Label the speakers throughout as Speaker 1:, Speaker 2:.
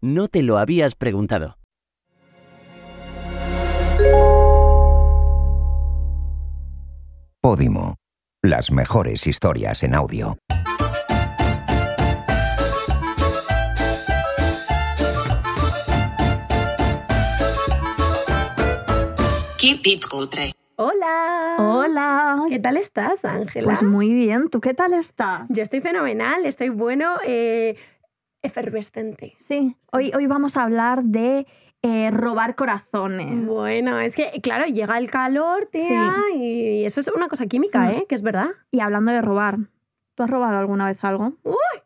Speaker 1: No te lo habías preguntado.
Speaker 2: Podimo. Las mejores historias en audio.
Speaker 3: Keep it cutre.
Speaker 4: Hola.
Speaker 5: Hola.
Speaker 4: ¿Qué tal estás, Ángela?
Speaker 5: Pues muy bien, ¿tú qué tal estás?
Speaker 4: Yo estoy fenomenal, estoy bueno, eh, efervescente.
Speaker 5: Sí, hoy, hoy vamos a hablar de eh, robar corazones.
Speaker 4: Bueno, es que, claro, llega el calor, tía, y eso es una cosa química, ¿eh? Que es verdad.
Speaker 5: Y hablando de robar, ¿tú has robado alguna vez algo?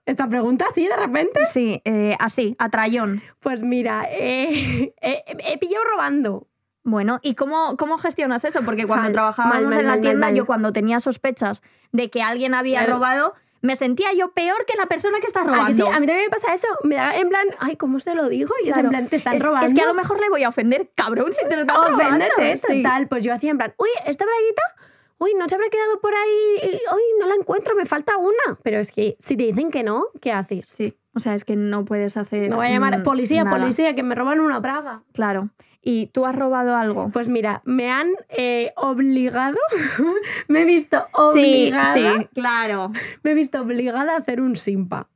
Speaker 4: Esta pregunta así, de repente.
Speaker 5: Sí, eh, así, a trayón.
Speaker 4: Pues mira, eh, he, he pillado robando.
Speaker 5: Bueno, ¿y cómo, cómo gestionas eso? Porque cuando
Speaker 4: Mal,
Speaker 5: trabajábamos
Speaker 4: mal, mal,
Speaker 5: en la
Speaker 4: mal,
Speaker 5: tienda,
Speaker 4: mal.
Speaker 5: yo cuando tenía sospechas de que alguien había
Speaker 4: Claro.
Speaker 5: robado, me sentía yo peor que la persona que está robando.
Speaker 4: ¿A, Ah, que sí? a mí también me pasa eso. Me da en plan, ay, ¿cómo se lo digo? Y es en
Speaker 5: Claro.
Speaker 4: plan, te están
Speaker 5: es,
Speaker 4: robando.
Speaker 5: es que a lo mejor le voy a ofender, cabrón, si te lo están
Speaker 4: Oféndete,
Speaker 5: robando. Ah, Sí.
Speaker 4: total. Pues yo hacía en plan, uy, esta braguita, uy, no se habrá quedado por ahí, uy, no la encuentro, me falta una. Pero es que si te dicen que no, ¿qué haces?
Speaker 5: Sí, o sea, es que no puedes hacer.
Speaker 4: No voy a llamar
Speaker 5: mm,
Speaker 4: policía,
Speaker 5: nada.
Speaker 4: policía, que me roban una braga.
Speaker 5: Claro. ¿Y tú has robado algo?
Speaker 4: Pues mira, me han eh, obligado, me he visto obligada,
Speaker 5: claro.
Speaker 4: me he visto obligada a hacer un simpa.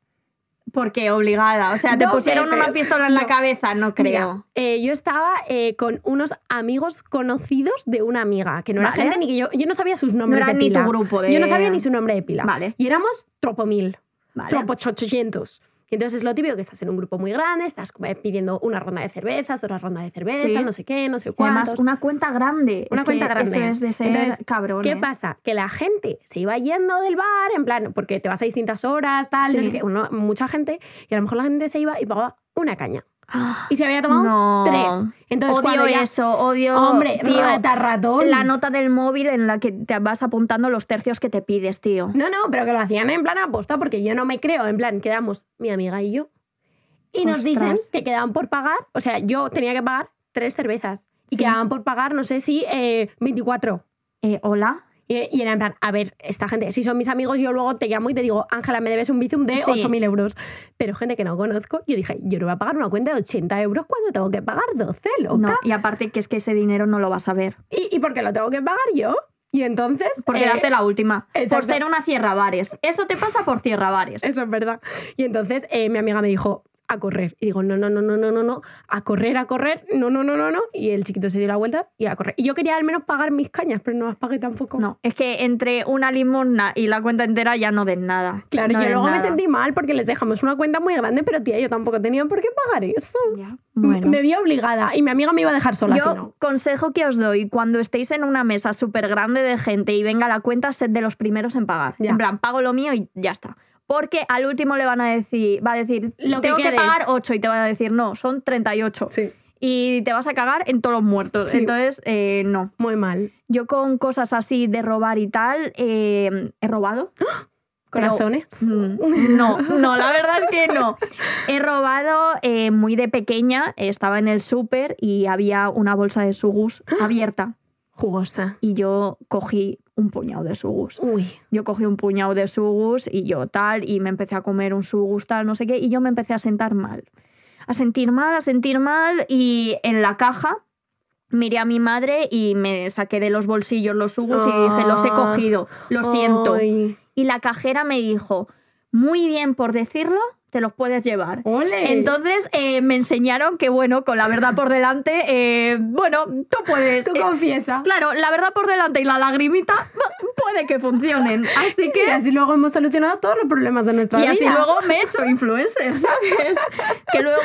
Speaker 5: Porque obligada. O sea, te
Speaker 4: No
Speaker 5: pusieron
Speaker 4: veces.
Speaker 5: una pistola en la
Speaker 4: No.
Speaker 5: cabeza, no creo.
Speaker 4: Mira, eh, yo estaba eh, con unos amigos conocidos de una amiga, que no era
Speaker 5: Vale.
Speaker 4: gente ni que yo, yo no sabía sus
Speaker 5: no
Speaker 4: nombres
Speaker 5: era
Speaker 4: de
Speaker 5: ni tu
Speaker 4: pila.
Speaker 5: grupo de.
Speaker 4: Yo no sabía ni su nombre de pila.
Speaker 5: Vale,
Speaker 4: Y éramos tropo mil.
Speaker 5: vale.
Speaker 4: tropo 800. Entonces es lo típico que estás en un grupo muy grande, estás como pidiendo una ronda de cervezas, otra ronda de cervezas,
Speaker 5: Sí.
Speaker 4: no sé qué, no sé
Speaker 5: Y además,
Speaker 4: cuántos.
Speaker 5: una cuenta grande.
Speaker 4: Una
Speaker 5: Es
Speaker 4: cuenta
Speaker 5: que
Speaker 4: grande.
Speaker 5: Eso es de ser
Speaker 4: Entonces,
Speaker 5: cabrón.
Speaker 4: ¿Qué
Speaker 5: ¿eh?
Speaker 4: pasa? Que la gente se iba yendo del bar, en plan, porque te vas a distintas horas, tal, no
Speaker 5: Sí.
Speaker 4: sé qué, uno- mucha gente, y a lo mejor la gente se iba y pagaba una caña.
Speaker 5: Ah,
Speaker 4: Y se había tomado
Speaker 5: No.
Speaker 4: tres. Entonces,
Speaker 5: odio
Speaker 4: cuando ya-
Speaker 5: eso, odio.
Speaker 4: Hombre,
Speaker 5: tío,
Speaker 4: rata ratón.
Speaker 5: la nota del móvil en la que te vas apuntando los tercios que te pides, tío.
Speaker 4: No, no, pero que lo hacían en plan aposta, porque yo no me creo. En plan, quedamos mi amiga y yo. Y nos dicen
Speaker 5: Ostras.
Speaker 4: que quedaban por pagar, o sea, yo tenía que pagar tres cervezas. Y
Speaker 5: Sí.
Speaker 4: quedaban por pagar, no sé si, eh, 24.
Speaker 5: Eh, Hola.
Speaker 4: Y, y era en plan, a ver, esta gente, si son mis amigos, yo luego te llamo y te digo, Ángela, me debes un bizum de
Speaker 5: Sí.
Speaker 4: 8.000 euros. Pero gente que no conozco, yo dije, yo no voy a pagar una cuenta de 80 euros cuando tengo que pagar 12, loca.
Speaker 5: No, y aparte que es que ese dinero no lo vas a ver.
Speaker 4: ¿Y, y por qué lo tengo que pagar yo? Y entonces...
Speaker 5: Por
Speaker 4: eh,
Speaker 5: quedarte la última. Por
Speaker 4: exacto.
Speaker 5: ser una cierra bares. Eso te pasa por cierra bares.
Speaker 4: Eso es verdad. Y entonces eh, mi amiga me dijo, a correr. Y digo, no, no, no, no, no, no, no, a correr, a correr, no, no, no, no, no. Y el chiquito se dio la vuelta y a correr. Y yo quería al menos pagar mis cañas, pero no las pagué tampoco.
Speaker 5: No, es que entre una limosna y la cuenta entera ya no ves nada.
Speaker 4: Claro,
Speaker 5: No
Speaker 4: yo
Speaker 5: ves
Speaker 4: luego me
Speaker 5: nada.
Speaker 4: sentí mal porque les dejamos una cuenta muy grande, pero tía, yo tampoco tenía por qué pagar eso.
Speaker 5: Ya, Bueno.
Speaker 4: Me vi obligada y mi amiga me iba a dejar sola
Speaker 5: Mm, Yo
Speaker 4: si no.
Speaker 5: consejo que os doy, cuando estéis en una mesa súper grande de gente y venga la cuenta, sed de los primeros en pagar.
Speaker 4: Ya.
Speaker 5: En plan, pago lo mío y ya está. Porque al último le van a decir, va a decir,
Speaker 4: Lo que
Speaker 5: tengo que,
Speaker 4: quede".
Speaker 5: pagar 8 y te van a decir, no, son 38.
Speaker 4: Sí,
Speaker 5: Y te vas a cagar en todos los muertos.
Speaker 4: Sí.
Speaker 5: Entonces, eh, no.
Speaker 4: muy mal.
Speaker 5: Yo con cosas así de robar y tal, eh, he robado. Pero-
Speaker 4: Corazones.
Speaker 5: Mm, No, no, la verdad es que no. He robado eh, muy de pequeña, estaba en el súper y había una bolsa de sugus abierta
Speaker 4: Jugosa.
Speaker 5: y yo cogí un puñado de sugus.
Speaker 4: Uy.
Speaker 5: Yo cogí un puñado de sugus y yo tal, y me empecé a comer un sugus tal, no sé qué, y yo me empecé a sentar mal. A sentir mal, a sentir mal, y en la caja miré a mi madre y me saqué de los bolsillos los sugus y dije, los he cogido, lo siento.
Speaker 4: Ah, Ay.
Speaker 5: Y la cajera me dijo, muy bien por decirlo, te los puedes llevar.
Speaker 4: Ole.
Speaker 5: Entonces eh, me enseñaron que, bueno, con la verdad por delante, eh, bueno, tú puedes.
Speaker 4: tú
Speaker 5: eh,
Speaker 4: confiesa.
Speaker 5: Claro, la verdad por delante y la lagrimita puede que funcionen. Así
Speaker 4: Y
Speaker 5: que.
Speaker 4: así luego hemos solucionado todos los problemas de nuestra
Speaker 5: Y
Speaker 4: vida.
Speaker 5: así luego me he hecho influencer, ¿sabes? Que luego.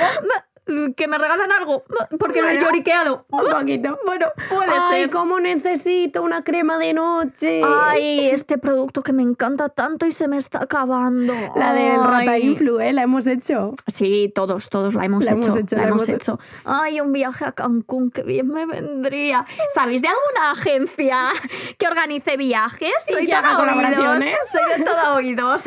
Speaker 5: mm, que me regalan algo porque lo he
Speaker 4: Bueno.
Speaker 5: lloriqueado.
Speaker 4: Un poquito. Bueno,
Speaker 5: puede
Speaker 4: Ay,
Speaker 5: ser.
Speaker 4: cómo necesito una crema de noche.
Speaker 5: Ay, este producto que me encanta tanto y se me está acabando.
Speaker 4: La del
Speaker 5: Ay.
Speaker 4: rata influ, ¿eh? La hemos hecho.
Speaker 5: Sí, todos, todos la hemos,
Speaker 4: La
Speaker 5: hecho,
Speaker 4: hemos hecho,
Speaker 5: La
Speaker 4: la
Speaker 5: hemos
Speaker 4: hemos
Speaker 5: hecho. Ay, un viaje a Cancún, qué bien me vendría. ¿Sabéis de alguna agencia que organice viajes?
Speaker 4: Y
Speaker 5: Soy
Speaker 4: que haga
Speaker 5: toda oídos.
Speaker 4: colaboraciones.
Speaker 5: Soy de toda oídos.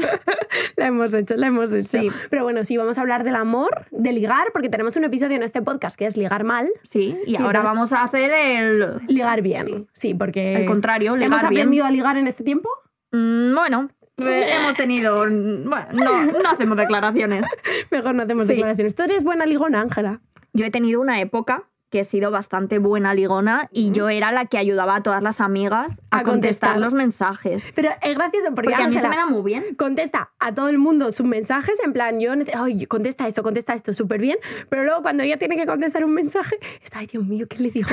Speaker 4: La hemos hecho, la hemos hecho.
Speaker 5: Sí.
Speaker 4: Pero bueno, sí, vamos a hablar del amor, de ligar, porque tenemos un episodio en este podcast que es ligar mal,
Speaker 5: Sí, y ahora
Speaker 4: Entonces-
Speaker 5: vamos a hacer el,
Speaker 4: ligar bien. Sí, porque...
Speaker 5: el contrario,
Speaker 4: Eh, ¿Hemos
Speaker 5: legal bien.
Speaker 4: aprendido a ligar en este tiempo?
Speaker 5: Mm, Bueno, eh, hemos tenido... Bueno, no, no hacemos declaraciones.
Speaker 4: Mejor no hacemos
Speaker 5: Sí.
Speaker 4: declaraciones. Tú eres buena ligona, Ángela.
Speaker 5: Yo he tenido una época que he sido bastante buena ligona y yo era la que ayudaba a todas las amigas a,
Speaker 4: A
Speaker 5: contestar.
Speaker 4: contestar.
Speaker 5: los mensajes.
Speaker 4: Pero es gracioso porque,
Speaker 5: Porque a mí se
Speaker 4: Ángela
Speaker 5: me da muy bien.
Speaker 4: contesta a todo el mundo sus mensajes, en plan, yo nece- ay, contesta esto, contesta esto, súper bien, pero luego cuando ella tiene que contestar un mensaje, está, ay, Dios mío, ¿qué le digo?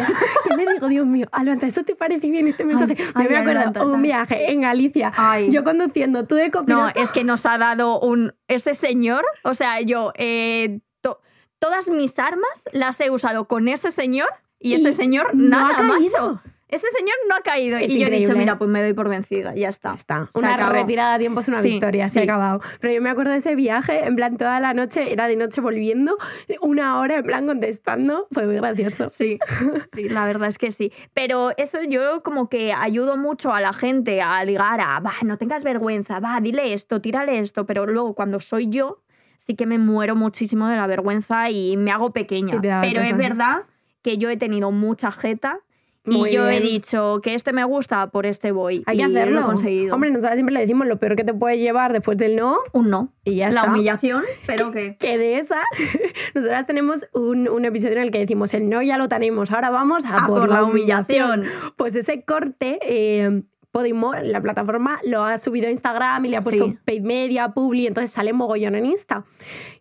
Speaker 4: ¿Qué le digo, Dios mío? Alanta, ¿esto te parece bien este mensaje?
Speaker 5: Ay,
Speaker 4: Yo
Speaker 5: ay,
Speaker 4: me acuerdo,
Speaker 5: Alanta,
Speaker 4: un
Speaker 5: tal.
Speaker 4: viaje en Galicia,
Speaker 5: Ay.
Speaker 4: yo conduciendo, tú de
Speaker 5: No,
Speaker 4: copiloto,
Speaker 5: es que nos ha dado un... Ese señor, o sea, yo... eh, to- Todas mis armas las he usado con ese señor y ese
Speaker 4: Y
Speaker 5: señor
Speaker 4: no
Speaker 5: nada,
Speaker 4: ha caído.
Speaker 5: macho. Ese señor no ha caído.
Speaker 4: Es
Speaker 5: y yo he dicho,
Speaker 4: increíble.
Speaker 5: mira, pues me doy por vencida, ya está.
Speaker 4: Está.
Speaker 5: Se
Speaker 4: una
Speaker 5: acabó.
Speaker 4: retirada a tiempo es una
Speaker 5: Sí,
Speaker 4: victoria,
Speaker 5: sí.
Speaker 4: se ha acabado. Pero yo me acuerdo de ese viaje, en plan, toda la noche, era de noche volviendo, una hora en plan contestando, fue muy gracioso.
Speaker 5: Sí, sí, la verdad es que sí. Pero eso yo como que ayudo mucho a la gente a ligar a, va, no tengas vergüenza, va, dile esto, tírale esto, pero luego cuando soy yo, sí que me muero muchísimo de la vergüenza y me hago pequeña.
Speaker 4: Y te da
Speaker 5: Pero es
Speaker 4: vergüenza, ¿no?
Speaker 5: verdad que yo he tenido mucha jeta y
Speaker 4: Muy
Speaker 5: yo he
Speaker 4: bien.
Speaker 5: dicho que este me gusta, por este voy.
Speaker 4: Hay
Speaker 5: y
Speaker 4: que hacerlo.
Speaker 5: Lo he conseguido.
Speaker 4: Hombre, nosotros siempre le decimos lo peor que te puede llevar después del no
Speaker 5: un no.
Speaker 4: y ya
Speaker 5: la
Speaker 4: está.
Speaker 5: humillación, pero que...
Speaker 4: Que de esa, nosotras tenemos un, un episodio en el que decimos el no ya lo tenemos, ahora vamos a,
Speaker 5: Ah, por la humillación.
Speaker 4: Pues ese corte, eh, Podimo, la plataforma, lo ha subido a Instagram y le ha puesto
Speaker 5: Sí.
Speaker 4: paid media, publi, entonces sale mogollón en Insta.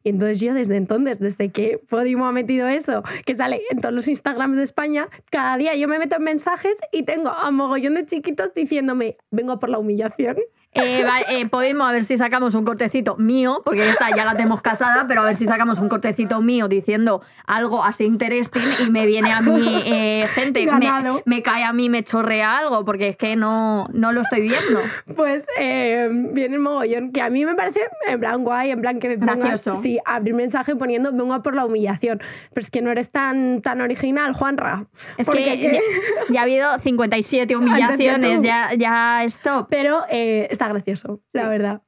Speaker 4: Y entonces yo desde entonces, desde que Podimo ha metido eso, que sale en todos los Instagrams de España, cada día yo me meto en mensajes y tengo a mogollón de chiquitos diciéndome, vengo por la humillación.
Speaker 5: Eh, va- eh, podemos a ver si sacamos un cortecito mío, porque esta ya la tenemos casada, pero a ver si sacamos un cortecito mío diciendo algo así interesting y me viene a mí eh, gente, me,
Speaker 4: Ganado.
Speaker 5: me cae a mí, me chorrea algo, porque es que no, no lo estoy viendo.
Speaker 4: Pues eh, viene el mogollón, que a mí me parece en plan guay, en plan que me pongas-
Speaker 5: Gracioso.
Speaker 4: sí, abrir mensaje poniendo vengo a por la humillación. Pero es que no eres tan, tan original, Juanra.
Speaker 5: Es
Speaker 4: Porque
Speaker 5: que ya, ya ha habido 57 humillaciones,
Speaker 4: tú.
Speaker 5: ya, ya stop.
Speaker 4: Pero eh, está gracioso, la verdad.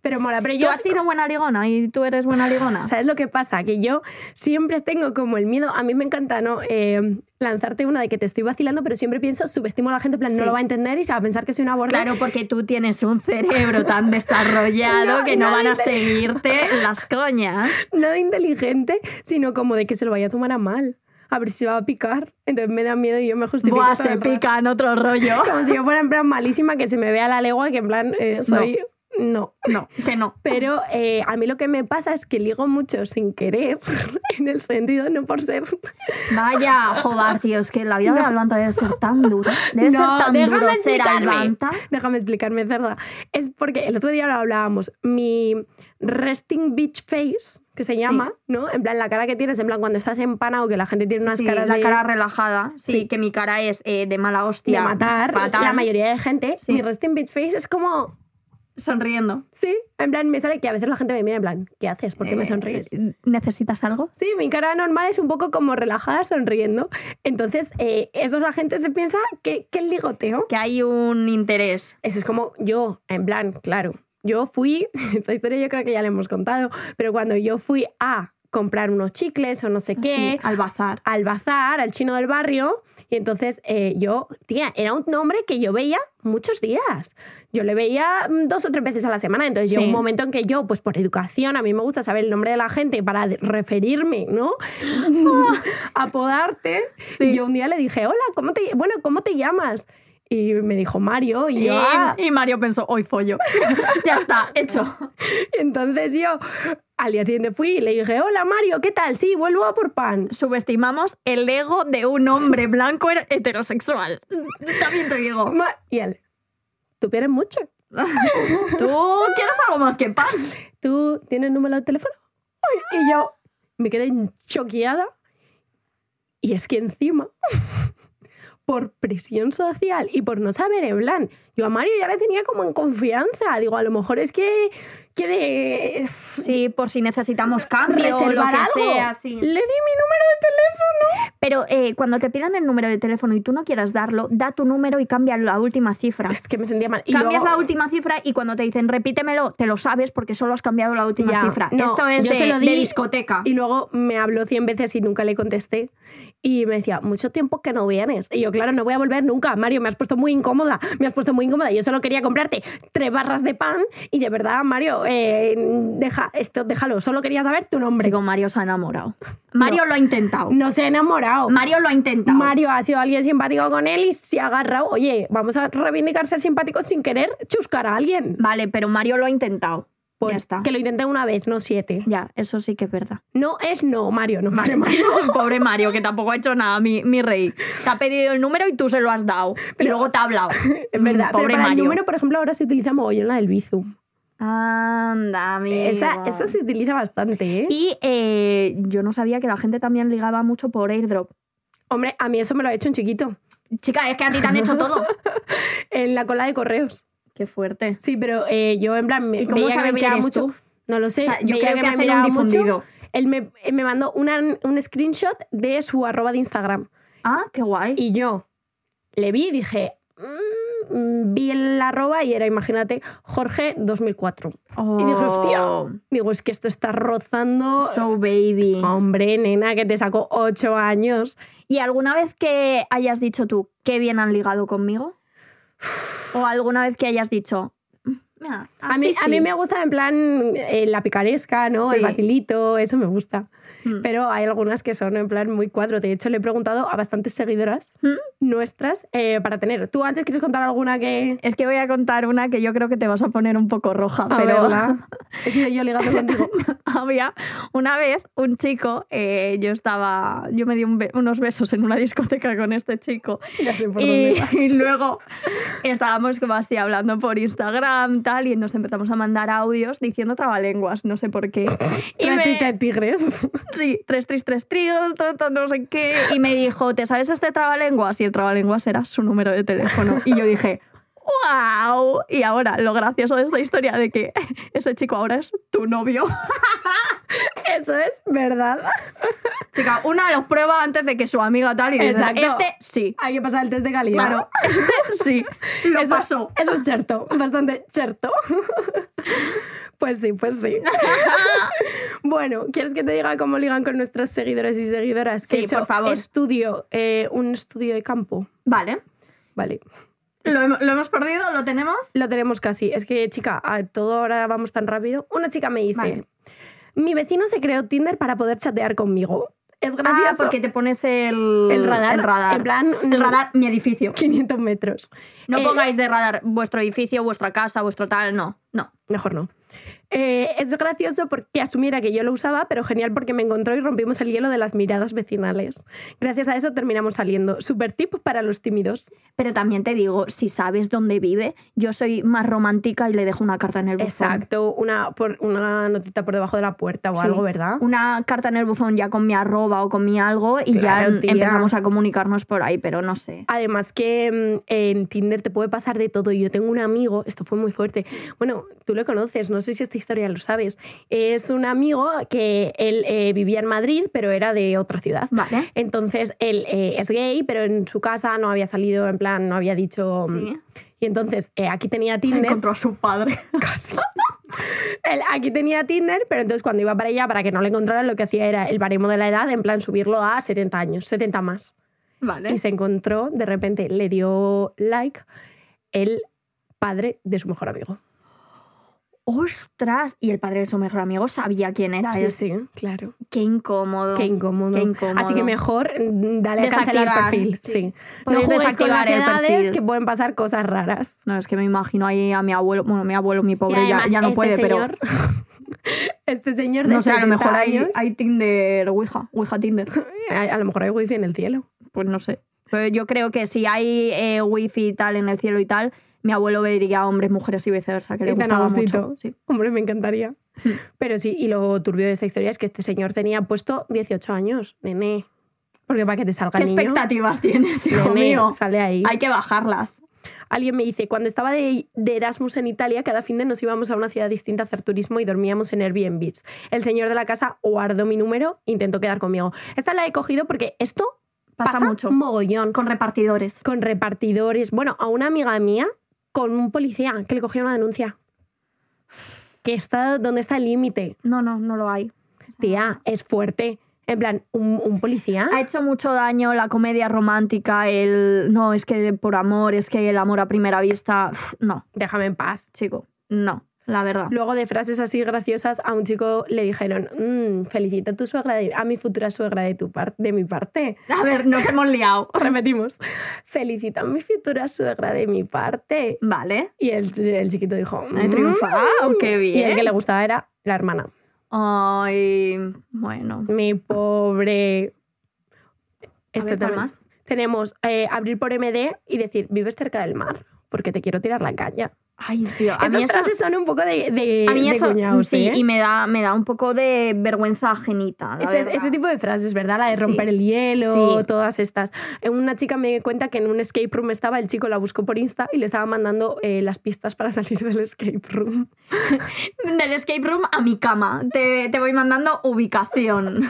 Speaker 4: Pero mola, pero
Speaker 5: Tú
Speaker 4: yo...
Speaker 5: has sido buena ligona y tú eres buena ligona.
Speaker 4: ¿Sabes lo que pasa? Que yo siempre tengo como el miedo, a mí me encanta no Eh, lanzarte una de que te estoy vacilando, pero siempre pienso, subestimo a la gente, en plan,
Speaker 5: Sí.
Speaker 4: no lo va a entender y se va a pensar que soy una borda.
Speaker 5: Claro, porque tú tienes un cerebro tan desarrollado
Speaker 4: No,
Speaker 5: que no van a
Speaker 4: nadie te-
Speaker 5: seguirte las coñas.
Speaker 4: no de inteligente, sino como de que se lo vaya a tomar a mal. A ver si se va a picar. Entonces me da miedo y yo me justifico.
Speaker 5: Buah,
Speaker 4: todo
Speaker 5: se
Speaker 4: el rato.
Speaker 5: pica en otro rollo.
Speaker 4: Como si yo fuera en plan malísima, que se me vea la legua, que en plan eh, soy. No.
Speaker 5: No, que no.
Speaker 4: Pero eh, a mí lo que me pasa es que ligo mucho sin querer, en el sentido no por ser.
Speaker 5: Vaya, joder, tío, es que la vida de la Atlanta debe ser tan dura. Debe ser
Speaker 4: No,
Speaker 5: tan
Speaker 4: déjame
Speaker 5: duro ser
Speaker 4: explicarme.
Speaker 5: Atlanta.
Speaker 4: Déjame explicarme, cerda. Es porque el otro día lo hablábamos. Mi resting bitch face, que se llama, ¿no? En plan, la cara que tienes, en plan, cuando estás empanado, que la gente tiene unas
Speaker 5: Sí,
Speaker 4: caras
Speaker 5: la
Speaker 4: de-
Speaker 5: cara relajada. Sí,
Speaker 4: Sí.
Speaker 5: que mi cara es eh, de mala
Speaker 4: de
Speaker 5: hostia.
Speaker 4: matar
Speaker 5: fatal,
Speaker 4: la mayoría de gente,
Speaker 5: Sí.
Speaker 4: mi resting bitch face es como,
Speaker 5: Sonriendo.
Speaker 4: sí, en plan me sale que a veces la gente me mira en plan, ¿qué haces? ¿Por qué me
Speaker 5: Eh,
Speaker 4: sonríes?
Speaker 5: ¿Necesitas algo?
Speaker 4: Sí, mi cara normal es un poco como relajada sonriendo. Entonces, eh, eso la gente se piensa que, que el ligoteo.
Speaker 5: Que hay un interés.
Speaker 4: Eso es como yo, en plan, claro. Yo fui, esta historia yo creo que ya la hemos contado, pero cuando yo fui a comprar unos chicles o no sé qué,
Speaker 5: Ah, Sí, al bazar.
Speaker 4: al bazar, al chino del barrio. Y entonces eh, yo, tía, era un hombre que yo veía muchos días. Yo le veía mm, dos o tres veces a la semana. Entonces llegó
Speaker 5: Sí.
Speaker 4: un momento en que yo, pues por educación, a mí me gusta saber el nombre de la gente para de- referirme, ¿no? Apodarte.
Speaker 5: Sí.
Speaker 4: Y yo un día le dije, hola, ¿cómo te, bueno, ¿cómo te llamas? Y me dijo Mario. Y
Speaker 5: Y,
Speaker 4: yo, "Ah".
Speaker 5: y Mario pensó, hoy follo. ya está, hecho.
Speaker 4: Y entonces yo al día siguiente fui y le dije, hola Mario, ¿qué tal? Sí, vuelvo a por pan.
Speaker 5: Subestimamos el ego de un hombre blanco er- heterosexual. También te digo.
Speaker 4: Ma- Y él, ¿tú pierdes mucho?
Speaker 5: Tú quieres algo más que pan.
Speaker 4: ¿tú tienes número de teléfono? Uy, Y yo, me quedé choqueada. Y es que encima, por presión social y por no saber en plan, yo a Mario ya le tenía como en confianza. Digo, a lo mejor es que quiere eh,
Speaker 5: Sí, por si necesitamos cambio o lo
Speaker 4: reservar
Speaker 5: que
Speaker 4: algo.
Speaker 5: sea. sí.
Speaker 4: Le di mi número de teléfono.
Speaker 5: Pero eh, cuando te pidan el número de teléfono y tú no quieras darlo, da tu número y cambia la última cifra.
Speaker 4: Es que me sentía mal. Y
Speaker 5: Cambias
Speaker 4: luego-
Speaker 5: la última cifra y cuando te dicen repítemelo, te lo sabes porque solo has cambiado la última
Speaker 4: Ya,
Speaker 5: cifra.
Speaker 4: no,
Speaker 5: Esto es
Speaker 4: yo
Speaker 5: de,
Speaker 4: se lo di
Speaker 5: de discoteca.
Speaker 4: Y luego me habló 100 veces y nunca le contesté. Y me decía, mucho tiempo que no vienes. Y yo, claro, no voy a volver nunca. Mario, me has puesto muy incómoda. Me has puesto muy incómoda. Yo solo quería comprarte tres barras de pan. Y de verdad, Mario, eh, deja, esto, déjalo. Solo quería saber tu nombre.
Speaker 5: Hombre, con Mario se ha enamorado. Mario lo ha intentado.
Speaker 4: No se ha enamorado.
Speaker 5: Mario lo ha intentado.
Speaker 4: Mario ha sido alguien simpático con él y se ha agarrado. Oye, vamos a reivindicar ser simpáticos sin querer chuscar a alguien.
Speaker 5: Vale, pero Mario lo ha intentado.
Speaker 4: Pues,
Speaker 5: ya está.
Speaker 4: Que lo intenté una vez, no siete.
Speaker 5: Ya, eso sí que es verdad.
Speaker 4: No es no, Mario, no. Mario.
Speaker 5: Pobre Mario, que tampoco ha hecho nada, mi, mi rey. Te ha pedido el número y tú se lo has dado. y
Speaker 4: Pero-
Speaker 5: luego te ha hablado.
Speaker 4: Es verdad,
Speaker 5: Mm, Pobre
Speaker 4: pero para
Speaker 5: Mario.
Speaker 4: el número, por ejemplo, ahora se utiliza mogollón la del Bizum.
Speaker 5: Anda, amigo.
Speaker 4: Esa, esa se utiliza bastante, ¿eh?
Speaker 5: Y eh, yo no sabía que la gente también ligaba mucho por airdrop.
Speaker 4: Hombre, a mí eso me lo ha hecho un chiquito.
Speaker 5: Chica, es que a ti te han hecho todo.
Speaker 4: En la cola de correos.
Speaker 5: Qué fuerte.
Speaker 4: Sí, pero eh, yo en plan me
Speaker 5: ¿Y cómo
Speaker 4: veía que
Speaker 5: saben
Speaker 4: me
Speaker 5: quién
Speaker 4: miraba
Speaker 5: eres
Speaker 4: mucho.
Speaker 5: tú?
Speaker 4: No lo sé.
Speaker 5: O sea, yo
Speaker 4: veía
Speaker 5: creo que,
Speaker 4: me
Speaker 5: hacen un
Speaker 4: miraba mucho.
Speaker 5: difundido.
Speaker 4: Él me, él me mandó una- un screenshot de su arroba de Instagram.
Speaker 5: Ah, qué guay.
Speaker 4: Y yo le vi y dije, mm, mm, vi el arroba y era, imagínate, Jorge 2004. Y dije,
Speaker 5: Oh,
Speaker 4: hostia. Digo, es que esto está rozando...
Speaker 5: So baby.
Speaker 4: Hombre, nena, que te sacó ocho años.
Speaker 5: ¿Y alguna vez que hayas dicho tú, qué bien han ligado conmigo? ¿O alguna vez que hayas dicho, "Mm, "Mira,
Speaker 4: A mí,
Speaker 5: así
Speaker 4: a mí
Speaker 5: sí"?
Speaker 4: me gusta en plan eh, la picaresca, ¿no? El
Speaker 5: Sí.
Speaker 4: vacilito, eso me gusta.
Speaker 5: Mm.
Speaker 4: Pero hay algunas que son en plan muy cuadro. De hecho, le he preguntado a bastantes seguidoras
Speaker 5: ¿Mm?
Speaker 4: nuestras eh, para tener. ¿Tú antes quieres contar alguna que...
Speaker 5: Es que voy a contar una que yo creo que te vas a poner un poco roja,
Speaker 4: A
Speaker 5: pero
Speaker 4: verla. He sido yo ligando contigo.
Speaker 5: había una vez un chico, eh, yo estaba, yo me di un be- unos besos en una discoteca con este chico
Speaker 4: Ya sé por dónde
Speaker 5: y,
Speaker 4: vas.
Speaker 5: y luego estábamos como así hablando por Instagram tal y nos empezamos a mandar audios diciendo trabalenguas, no sé por qué. Y me-
Speaker 4: Ratita de tigres.
Speaker 5: Sí, tres, tres, tres trigos, todo, todo, no sé qué. Y me dijo, ¿te sabes este trabalenguas? Y el trabalenguas era su número de teléfono. Y yo dije, ¡wow! Y ahora, lo gracioso de esta historia de que ese chico ahora es tu novio.
Speaker 4: Eso es verdad.
Speaker 5: Chica, una los prueba antes de que su amiga tal y dices,
Speaker 4: Exacto.
Speaker 5: este sí.
Speaker 4: Hay que pasar el test de calidad.
Speaker 5: Claro, este sí. Lo
Speaker 4: eso,
Speaker 5: pasó.
Speaker 4: Eso es cierto, bastante cierto. Pues sí, pues sí. bueno, ¿quieres que te diga cómo ligan con nuestros seguidores y seguidoras? Que
Speaker 5: Sí,
Speaker 4: he hecho
Speaker 5: por favor.
Speaker 4: Estudio, eh, un estudio de campo.
Speaker 5: Vale.
Speaker 4: Vale,
Speaker 5: ¿Lo, hem- lo hemos perdido? ¿Lo tenemos?
Speaker 4: lo tenemos casi. Es que, chica, a todo ahora vamos tan rápido. Una chica me dice:
Speaker 5: Vale.
Speaker 4: Mi vecino se creó Tinder para poder chatear conmigo. Es gracioso.
Speaker 5: Ah, porque te pones el,
Speaker 4: el radar.
Speaker 5: El radar.
Speaker 4: En plan,
Speaker 5: El radar, mi edificio.
Speaker 4: 500 metros.
Speaker 5: No
Speaker 4: Eh,
Speaker 5: pongáis de radar vuestro edificio, vuestra casa, vuestro tal, no. No.
Speaker 4: Mejor no. Eh, es gracioso porque asumiera que yo lo usaba, pero genial porque me encontró y rompimos el hielo de las miradas vecinales. Gracias a eso terminamos saliendo. Super tip para los tímidos.
Speaker 5: Pero también te digo, si sabes dónde vive, yo soy más romántica y le dejo una carta en el buzón.
Speaker 4: Exacto, una, por, una notita por debajo de la puerta o
Speaker 5: Sí.
Speaker 4: algo, ¿verdad?
Speaker 5: Una carta en el buzón ya con mi arroba o con mi algo y
Speaker 4: Claro,
Speaker 5: ya em-
Speaker 4: tía.
Speaker 5: empezamos a comunicarnos por ahí, pero no sé.
Speaker 4: Además que mm, en Tinder te puede pasar de todo. Yo tengo un amigo, esto fue muy fuerte. Bueno, tú lo conoces, no sé si esta historia lo sabes. Es un amigo que él eh, vivía en Madrid, pero era de otra ciudad.
Speaker 5: Vale.
Speaker 4: Entonces él eh, es gay, pero en su casa no había salido, en plan, no había dicho.
Speaker 5: Um,
Speaker 4: mm,
Speaker 5: Sí.
Speaker 4: Y entonces eh, aquí tenía
Speaker 5: Se
Speaker 4: Tinder.
Speaker 5: encontró a su padre.
Speaker 4: Casi. Él aquí tenía Tinder, pero entonces cuando iba para allá, para que no le encontraran, lo que hacía era el baremo de la edad, en plan subirlo a 70 años, 70 más.
Speaker 5: Vale.
Speaker 4: Y se encontró, de repente le dio like el padre de su mejor amigo.
Speaker 5: ¡Ostras! Y el padre de su mejor amigo sabía quién era. él.
Speaker 4: sí, claro.
Speaker 5: Qué incómodo.
Speaker 4: Qué incómodo.
Speaker 5: Qué incómodo.
Speaker 4: Así que mejor mm, dale a cancelar
Speaker 5: Desactivar,
Speaker 4: perfil.
Speaker 5: sí.
Speaker 4: Sí.
Speaker 5: Podéis
Speaker 4: no juguéis con
Speaker 5: desactivar
Speaker 4: las
Speaker 5: el
Speaker 4: edades
Speaker 5: perfil.
Speaker 4: que pueden pasar cosas raras.
Speaker 5: No, es que me imagino ahí a mi abuelo, bueno, mi abuelo, mi pobre,
Speaker 4: Y
Speaker 5: ya,
Speaker 4: además,
Speaker 5: ya no
Speaker 4: este
Speaker 5: puede, pero
Speaker 4: señor, Este señor de
Speaker 5: No sé, a lo
Speaker 4: 70
Speaker 5: mejor hay,
Speaker 4: años,
Speaker 5: hay Tinder, Ouija, Ouija Tinder.
Speaker 4: a- a lo mejor hay wifi en el cielo.
Speaker 5: Pues no sé. Pero yo creo que si hay eh, wifi y tal en el cielo y tal, mi abuelo vería hombres, mujeres y viceversa, que le
Speaker 4: Y tan a
Speaker 5: gustaba
Speaker 4: gustito.
Speaker 5: mucho. Sí.
Speaker 4: Hombre, me encantaría. Pero sí, y lo turbio de esta historia es que este señor tenía puesto 18 años, nene. Porque para que te salga
Speaker 5: ¿Qué
Speaker 4: el niño,
Speaker 5: expectativas tienes, hijo
Speaker 4: nene,
Speaker 5: mío?
Speaker 4: sale ahí.
Speaker 5: Hay que bajarlas.
Speaker 4: Alguien me dice, cuando estaba de, de Erasmus en Italia, cada fin de nos íbamos a una ciudad distinta a hacer turismo y dormíamos en Airbnb. El señor de la casa guardó mi número, intentó quedar conmigo. Esta la he cogido porque esto
Speaker 5: Pasa,
Speaker 4: pasa,
Speaker 5: mucho.
Speaker 4: mogollón.
Speaker 5: Con repartidores.
Speaker 4: con repartidores. Bueno, a una amiga mía con un policía que le cogió una denuncia. Que está donde está el límite.
Speaker 5: No, no, no lo hay.
Speaker 4: Tía, es fuerte. En plan, un, un policía.
Speaker 5: Ha hecho mucho daño la comedia romántica, el no, es que por amor, es que el amor a primera vista. Uf, No,
Speaker 4: Déjame en paz.
Speaker 5: chico, no, la verdad.
Speaker 4: Luego de frases así graciosas, a un chico le dijeron, "Mm, felicito a tu suegra, de- a mi futura suegra de, tu par- de mi parte.
Speaker 5: A ver, nos hemos liado.
Speaker 4: Repetimos, felicito a mi futura suegra de mi parte.
Speaker 5: Vale.
Speaker 4: Y el, el chiquito dijo,
Speaker 5: He triunfado,
Speaker 4: "Mm".
Speaker 5: oh, qué
Speaker 4: Y el
Speaker 5: bien.
Speaker 4: que le gustaba era la hermana.
Speaker 5: Ay, bueno.
Speaker 4: Mi pobre.
Speaker 5: A
Speaker 4: Este
Speaker 5: ver, ¿cuál
Speaker 4: también.
Speaker 5: más?
Speaker 4: Tenemos eh, abrir por MD y decir, vives cerca del mar, porque te quiero tirar la caña.
Speaker 5: Ay, tío, a
Speaker 4: Estas
Speaker 5: mí eso,
Speaker 4: frases son un poco de, de,
Speaker 5: a mí
Speaker 4: de
Speaker 5: eso
Speaker 4: cuñaos,
Speaker 5: sí,
Speaker 4: ¿eh?
Speaker 5: y me da, me da un poco de vergüenza ajenita. la
Speaker 4: Este,
Speaker 5: verdad.
Speaker 4: este tipo de frases, ¿verdad? La de
Speaker 5: Sí.
Speaker 4: romper el hielo,
Speaker 5: Sí.
Speaker 4: todas estas. Eh, Una chica me dio cuenta que en un escape room estaba, el chico la buscó por Insta y le estaba mandando eh, las pistas para salir del escape room.
Speaker 5: Del escape room a mi cama. Te, te voy mandando ubicación.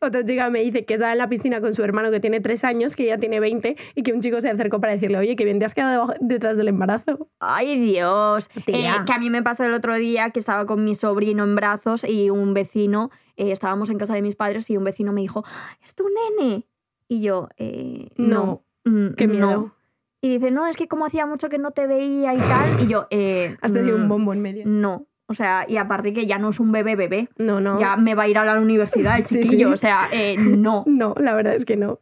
Speaker 4: Otra chica me dice que está en la piscina con su hermano que tiene tres años, que ella tiene 20, y que un chico se acercó para decirle, oye, que bien te has quedado debajo- detrás del embarazo.
Speaker 5: Ay, Dios.
Speaker 4: Tía.
Speaker 5: Eh, que a mí me pasó el otro día que estaba con mi sobrino en brazos y un vecino, eh, estábamos en casa de mis padres y un vecino me dijo, "Ah, ¿es tu nene? Y yo, eh, no.
Speaker 4: No,
Speaker 5: mm,
Speaker 4: Qué
Speaker 5: no".
Speaker 4: miedo.
Speaker 5: Y dice, no, es que como hacía mucho que no te veía y tal. Y yo, eh,
Speaker 4: Has tenido
Speaker 5: mm,
Speaker 4: un bombo en medio.
Speaker 5: No. O sea, y aparte que ya no es un bebé bebé.
Speaker 4: No, no.
Speaker 5: Ya me va a ir a la universidad el
Speaker 4: Sí,
Speaker 5: chiquillo.
Speaker 4: sí.
Speaker 5: O sea, eh, no.
Speaker 4: No, la verdad es que no.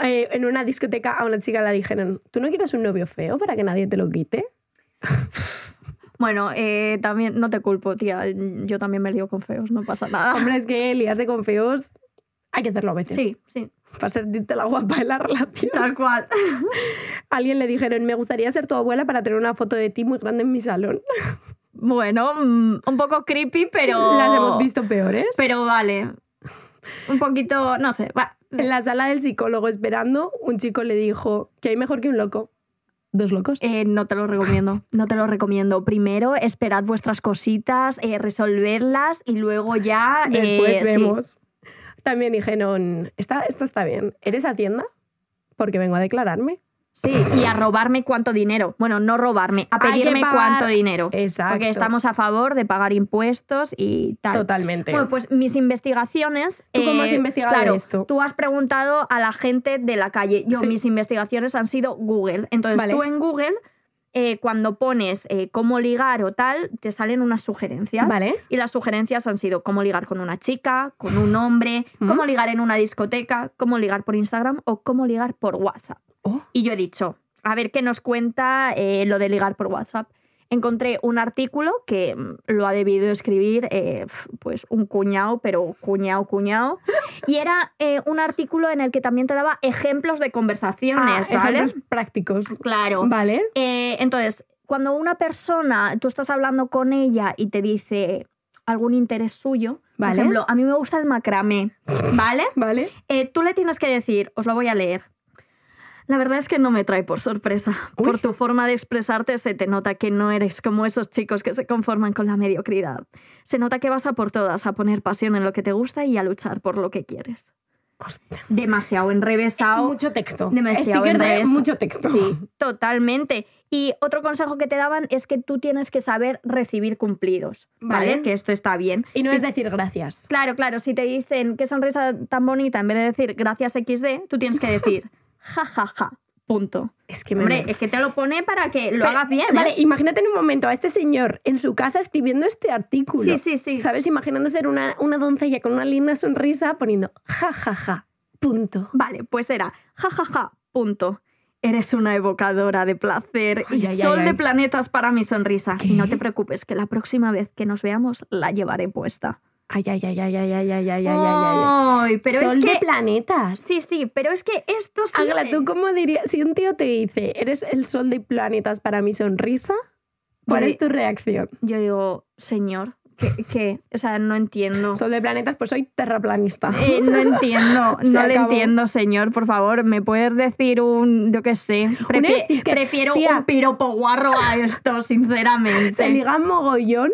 Speaker 4: Eh, en una discoteca a una chica le dijeron, ¿tú no quieres un novio feo para que nadie te lo quite?
Speaker 5: Bueno, eh, también no te culpo, tía. Yo también me lío con feos, no pasa nada.
Speaker 4: Hombre, es que liarse con feos hay que hacerlo a veces.
Speaker 5: Sí, sí,
Speaker 4: Para sentirte la guapa en la relación.
Speaker 5: tal cual.
Speaker 4: Alguien le dijeron, me gustaría ser tu abuela para tener una foto de ti muy grande en mi salón.
Speaker 5: Bueno, mm, un poco creepy, pero.
Speaker 4: Las hemos visto peores.
Speaker 5: Pero vale. Un poquito, no sé. va.
Speaker 4: En la sala del psicólogo esperando, un chico le dijo que hay mejor que un loco. Dos locos.
Speaker 5: Eh, no te lo recomiendo. No te lo recomiendo. Primero, esperad vuestras cositas, eh, resolverlas y luego ya. eh,
Speaker 4: Después
Speaker 5: sí.
Speaker 4: vemos. También dijeron, esta, esta está bien. ¿Eres Hacienda? Porque vengo a declararme.
Speaker 5: Sí. y a robarme cuánto dinero. Bueno, no robarme, a
Speaker 4: Hay que
Speaker 5: pedirme
Speaker 4: pagar-
Speaker 5: cuánto dinero.
Speaker 4: Exacto.
Speaker 5: Porque estamos a favor de pagar impuestos y tal.
Speaker 4: Totalmente.
Speaker 5: Bueno, pues mis investigaciones.
Speaker 4: ¿Tú cómo has investigado
Speaker 5: eh, claro,
Speaker 4: esto?
Speaker 5: Tú has preguntado a la gente de la calle. Yo,
Speaker 4: Sí.
Speaker 5: mis investigaciones han sido Google. Entonces,
Speaker 4: Vale.
Speaker 5: tú en Google, eh, cuando pones eh, cómo ligar o tal, te salen unas sugerencias.
Speaker 4: Vale.
Speaker 5: Y las sugerencias han sido cómo ligar con una chica, con un hombre,
Speaker 4: Mm.
Speaker 5: cómo ligar en una discoteca, cómo ligar por Instagram o cómo ligar por WhatsApp.
Speaker 4: Oh.
Speaker 5: Y yo he dicho, a ver qué nos cuenta eh, lo de ligar por WhatsApp. Encontré un artículo que mm, lo ha debido escribir eh, pf, pues un cuñado, pero cuñado, cuñado. Y era eh, un artículo en el que también te daba ejemplos de
Speaker 4: Ah,
Speaker 5: conversaciones, ¿vale?
Speaker 4: ejemplos prácticos.
Speaker 5: Claro.
Speaker 4: Vale.
Speaker 5: Eh, entonces, cuando una persona, tú estás hablando con ella y te dice algún interés suyo,
Speaker 4: Vale.
Speaker 5: por ejemplo, a mí me gusta el macramé, ¿vale?
Speaker 4: Vale.
Speaker 5: Eh, tú le tienes que decir, os lo voy a leer. La verdad es que no me trae por sorpresa.
Speaker 4: Uy.
Speaker 5: Por tu forma de expresarte se te nota que no eres como esos chicos que se conforman con la mediocridad. Se nota que vas a por todas, a poner pasión en lo que te gusta y a luchar por lo que quieres. Eh,
Speaker 4: Hostia.
Speaker 5: Demasiado enrevesado.
Speaker 4: Mucho texto.
Speaker 5: Demasiado
Speaker 4: Sticker de
Speaker 5: enreveso.
Speaker 4: mucho texto.
Speaker 5: Sí, totalmente. Y otro consejo que te daban es que tú tienes que saber recibir cumplidos, ¿vale?
Speaker 4: Vale.
Speaker 5: Que esto está bien.
Speaker 4: Y no
Speaker 5: Si-
Speaker 4: es decir gracias.
Speaker 5: Claro, claro, si te dicen qué sonrisa tan bonita, en vez de decir gracias XD, tú tienes que decir ja, ja, ja, punto.
Speaker 4: Es que me
Speaker 5: Hombre,
Speaker 4: muero.
Speaker 5: es que te lo pone para que lo
Speaker 4: Pero-
Speaker 5: hagas bien, ¿eh?
Speaker 4: Vale, imagínate en un momento a este señor en su casa escribiendo este artículo.
Speaker 5: Sí, sí, sí.
Speaker 4: ¿Sabes? Imaginando ser una, una doncella con una linda sonrisa poniendo ja, ja, ja. Punto.
Speaker 5: Vale, pues era ja, ja, ja, punto. Eres una evocadora de placer
Speaker 4: Ay,
Speaker 5: y
Speaker 4: ay, ay,
Speaker 5: sol de
Speaker 4: ay.
Speaker 5: planetas para mi sonrisa.
Speaker 4: ¿Qué?
Speaker 5: Y no te preocupes, que la próxima vez que nos veamos la llevaré puesta.
Speaker 4: Ay, ay, ay, ay, ay, ay, ay, ay, ay, ay. ay.
Speaker 5: Ay, Oh. pero
Speaker 4: Sol
Speaker 5: es que
Speaker 4: de planetas.
Speaker 5: Sí, sí, pero es que esto sí.
Speaker 4: Ángela, ¿tú cómo dirías? Si un tío te dice, eres el sol de planetas para mi sonrisa, ¿cuál
Speaker 5: Vale.
Speaker 4: es tu reacción?
Speaker 5: Yo digo, señor, ¿Qué? qué? O sea, no entiendo.
Speaker 4: Sol de planetas, pues soy terraplanista.
Speaker 5: Eh, no entiendo,
Speaker 4: Se
Speaker 5: no le
Speaker 4: acabó.
Speaker 5: entiendo, señor. Por favor, ¿me puedes decir un, yo qué sé? Prefi-
Speaker 4: sticker,
Speaker 5: prefiero
Speaker 4: tía.
Speaker 5: un piropo guarro a esto,
Speaker 4: Se
Speaker 5: sinceramente.
Speaker 4: ligan mogollón